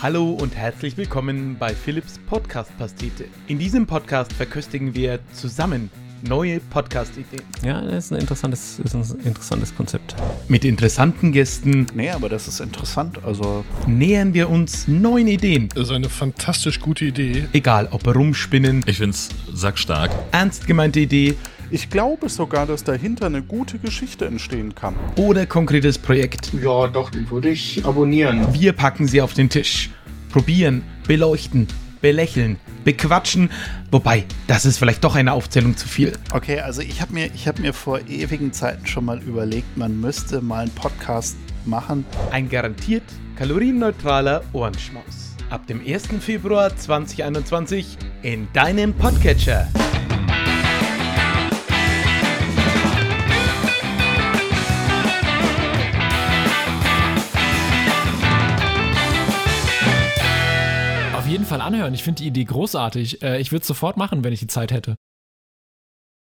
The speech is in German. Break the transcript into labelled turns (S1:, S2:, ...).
S1: Hallo und herzlich willkommen bei Philips Podcast Pastete. In diesem Podcast verköstigen wir zusammen neue Podcast-Ideen.
S2: Ja, das ist ein interessantes, ist ein interessantes Konzept.
S1: Mit interessanten Gästen
S3: Nee, aber das ist interessant. Also,
S1: nähern wir uns neuen Ideen.
S4: Das ist eine fantastisch gute Idee.
S1: Egal ob rumspinnen,
S5: Ich find's sackstark.
S1: ernst gemeinte Idee
S3: ich glaube sogar, dass dahinter eine gute Geschichte entstehen kann.
S1: oder konkretes Projekt.
S6: Ja, doch, den würde ich abonnieren.
S1: Wir packen sie auf den Tisch. Probieren, beleuchten, belächeln, bequatschen. Wobei, das ist vielleicht doch eine Aufzählung zu viel.
S3: Okay, also ich habe mir, ich hab mir vor ewigen Zeiten schon mal überlegt, man müsste mal einen Podcast machen.
S1: Ein garantiert kalorienneutraler Ohrenschmaus. Ab dem 1. Februar 2021 in deinem Podcatcher.
S7: Auf jeden Fall anhören. Ich finde die Idee großartig. Äh, Ich würde es sofort machen, wenn ich die Zeit hätte.